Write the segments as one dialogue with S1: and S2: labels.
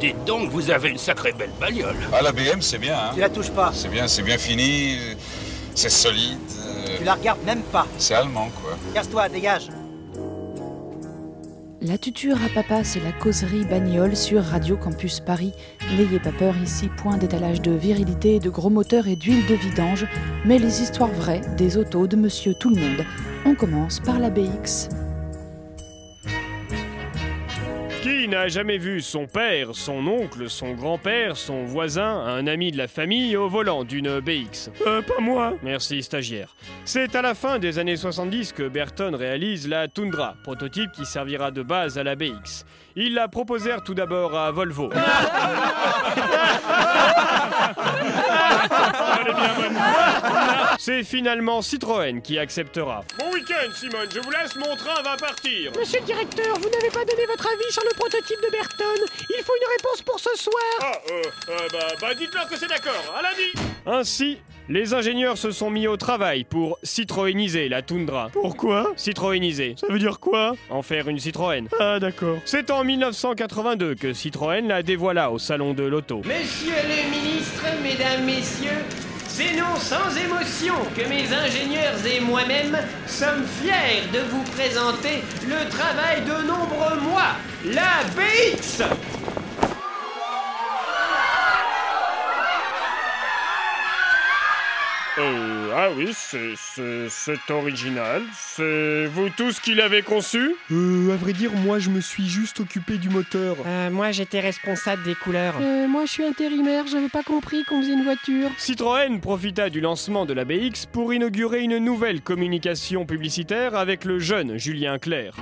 S1: Dites donc, vous avez une sacrée belle bagnole.
S2: Ah, la BM, c'est bien, hein.
S3: Tu la touches pas,
S2: C'est bien, c'est bien fini, c'est solide, euh,
S3: tu la regardes même pas.
S2: c'est allemand, quoi.
S3: Casse-toi, dégage.
S4: La tuture à papa, c'est la causerie bagnole sur Radio Campus Paris. N'ayez pas peur, ici, point d'étalage de virilité, de gros moteurs et d'huile de vidange, mais les histoires vraies des autos de monsieur tout le monde. On commence par la BX.
S5: Qui n'a jamais vu son père, son oncle, son grand-père, son voisin, un ami de la famille au volant d'une BX Euh, pas moi Merci, stagiaire. C'est à la fin des années 70 que Berton réalise la Tundra, prototype qui servira de base à la BX. Ils la proposèrent tout d'abord à Volvo. C'est finalement Citroën qui acceptera. Bon week-end, Simone, je vous laisse, mon train va partir
S6: Monsieur le directeur, vous n'avez pas donné votre avis sur le prototype de Berton. Il faut une réponse pour ce soir.
S5: Ah, euh, euh, bah, bah, dites-leur que c'est d'accord, à lundi Ainsi, les ingénieurs se sont mis au travail pour citroëniser la toundra. Pourquoi Citroëniser. Ça veut dire quoi En faire une Citroën. Ah, d'accord. C'est en 1982 que Citroën la dévoila au salon de l'auto.
S7: Monsieur le ministre, mesdames, messieurs, c'est non sans émotion que mes ingénieurs et moi-même sommes fiers de vous présenter le travail de nombreux mois, la BX
S5: ah oui, c'est original. C'est vous tous qui l'avez conçu
S8: Euh, à vrai dire, moi je me suis juste occupé du moteur.
S6: Euh, moi, j'étais responsable des couleurs.
S7: Euh,
S6: moi, je suis intérimaire. J'avais pas compris qu'on faisait une voiture.
S5: Citroën profita du lancement de la BX pour inaugurer une nouvelle communication publicitaire avec le jeune Julien Clerc.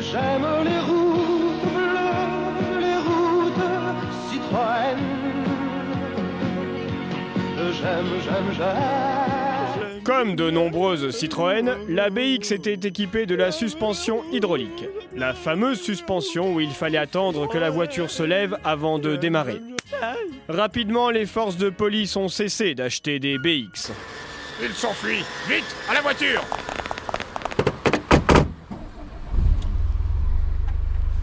S7: J'aime les routes bleues, les routes Citroën. J'aime, j'aime, j'aime.
S5: Comme de nombreuses Citroën, la BX était équipée de la suspension hydraulique, la fameuse suspension où il fallait attendre que la voiture se lève avant de démarrer. Rapidement, les forces de police ont cessé d'acheter des BX.
S1: Il s'enfuit Vite, à la voiture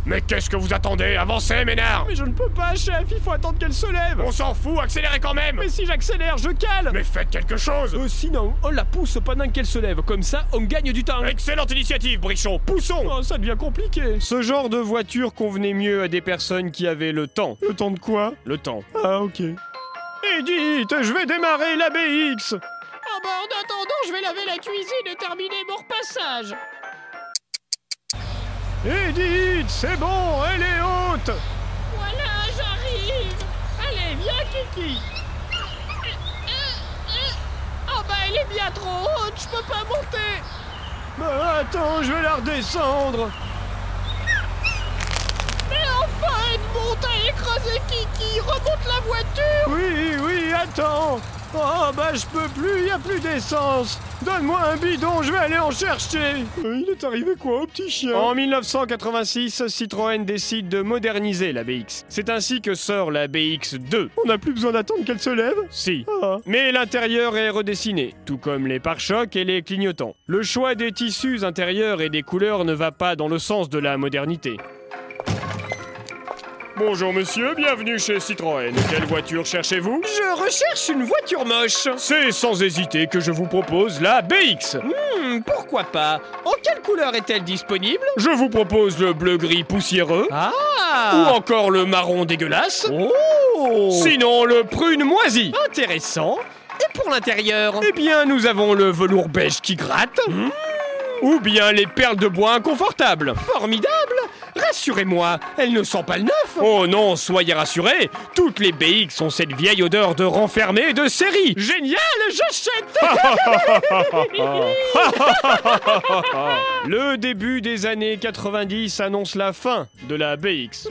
S1: Mais qu'est-ce que vous attendez Avancez, Ménard
S5: Mais je ne peux pas, chef, il faut attendre qu'elle se lève.
S1: On s'en fout, accélérez quand même
S5: Mais si j'accélère, je cale.
S1: Mais faites quelque chose
S5: Euh, sinon, on la pousse pendant qu'elle se lève, comme ça on gagne du temps.
S1: Excellente initiative, Brichon Poussons
S5: Oh, ça devient compliqué. Ce genre de voiture convenait mieux à des personnes qui avaient le temps. Le temps de quoi Le temps.
S8: Ah, ok.
S5: Et dites, je vais démarrer la BX
S6: Oh, bah, en attendant, je vais laver la cuisine et terminer mon repassage.
S5: Edith, Eh, c'est bon, elle est haute
S6: Voilà, j'arrive. Allez, viens, Kiki. Oh, bah, elle est bien trop haute. Je peux pas monter.
S5: Bah attends, je vais la redescendre
S6: Mais enfin, une montagne écrasée, Kiki. Remonte la voiture.
S5: Oui, oui, attends Oh bah je peux plus, y a plus d'essence Donne-moi un bidon, je vais aller en chercher
S8: Euh, il est arrivé quoi au petit chien
S5: En 1986, Citroën décide de moderniser la BX. C'est ainsi que sort la BX2.
S8: On n'a plus besoin d'attendre qu'elle se lève
S5: Si.
S8: Ah,
S5: Mais l'intérieur est redessiné, tout comme les pare-chocs et les clignotants. Le choix des tissus intérieurs et des couleurs ne va pas dans le sens de la modernité. Bonjour monsieur, bienvenue chez Citroën. Quelle voiture cherchez-vous
S7: Je recherche une voiture moche.
S5: C'est sans hésiter que je vous propose la BX.
S7: Hmm, pourquoi pas En quelle couleur est-elle disponible
S5: Je vous propose le bleu-gris poussiéreux, ou
S7: Ah
S5: encore le marron dégueulasse,
S7: Oh
S5: sinon le prune moisi.
S7: Intéressant. Et pour l'intérieur Hmm.
S5: Eh bien, nous avons le velours beige qui gratte. Ou bien les perles de bois inconfortables.
S7: Formidable Rassurez-moi, elle ne sent pas le neuf
S5: Oh non, soyez rassurés, toutes les BX ont cette vieille odeur de renfermé et de série. Ah. Génial, j'achète Le début des années 90 annonce la fin de la BX.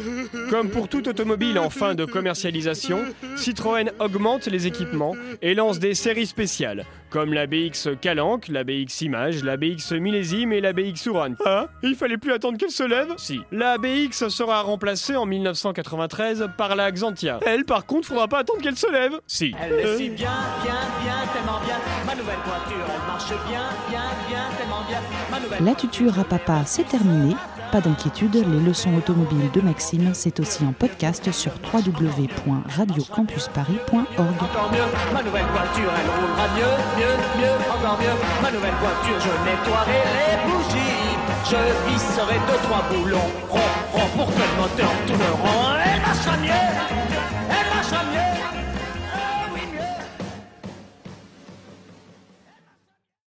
S5: Comme pour toute automobile en fin de commercialisation, Citroën augmente les équipements et lance des séries spéciales, comme la BX Calanque, la BX Image, la BX Millésime et la BX Ouran.
S8: ah il fallait plus attendre qu'elle se lève
S5: Si. La BX sera remplacée en 1993 par la Xantia.
S8: Elle, par contre, faudra pas attendre qu'elle se lève Euh,
S5: Si.
S9: Elle le sait bien, bien, bien, tellement bien. Ma nouvelle voiture, elle marche bien, bien, bien, tellement bien. Ma nouvelle
S4: La tuture à papa, c'est terminé. Pas d'inquiétude, les leçons automobiles de Maxime, c'est aussi en podcast sur www.radiocampusparis.org.
S9: Encore mieux, ma nouvelle voiture, elle roulera mieux, mieux, mieux, encore mieux. Ma nouvelle voiture, je nettoierai les bougies. Je visserai deux, trois boulons ronds, ronds, pour que le moteur tourne rond et marchera mieux.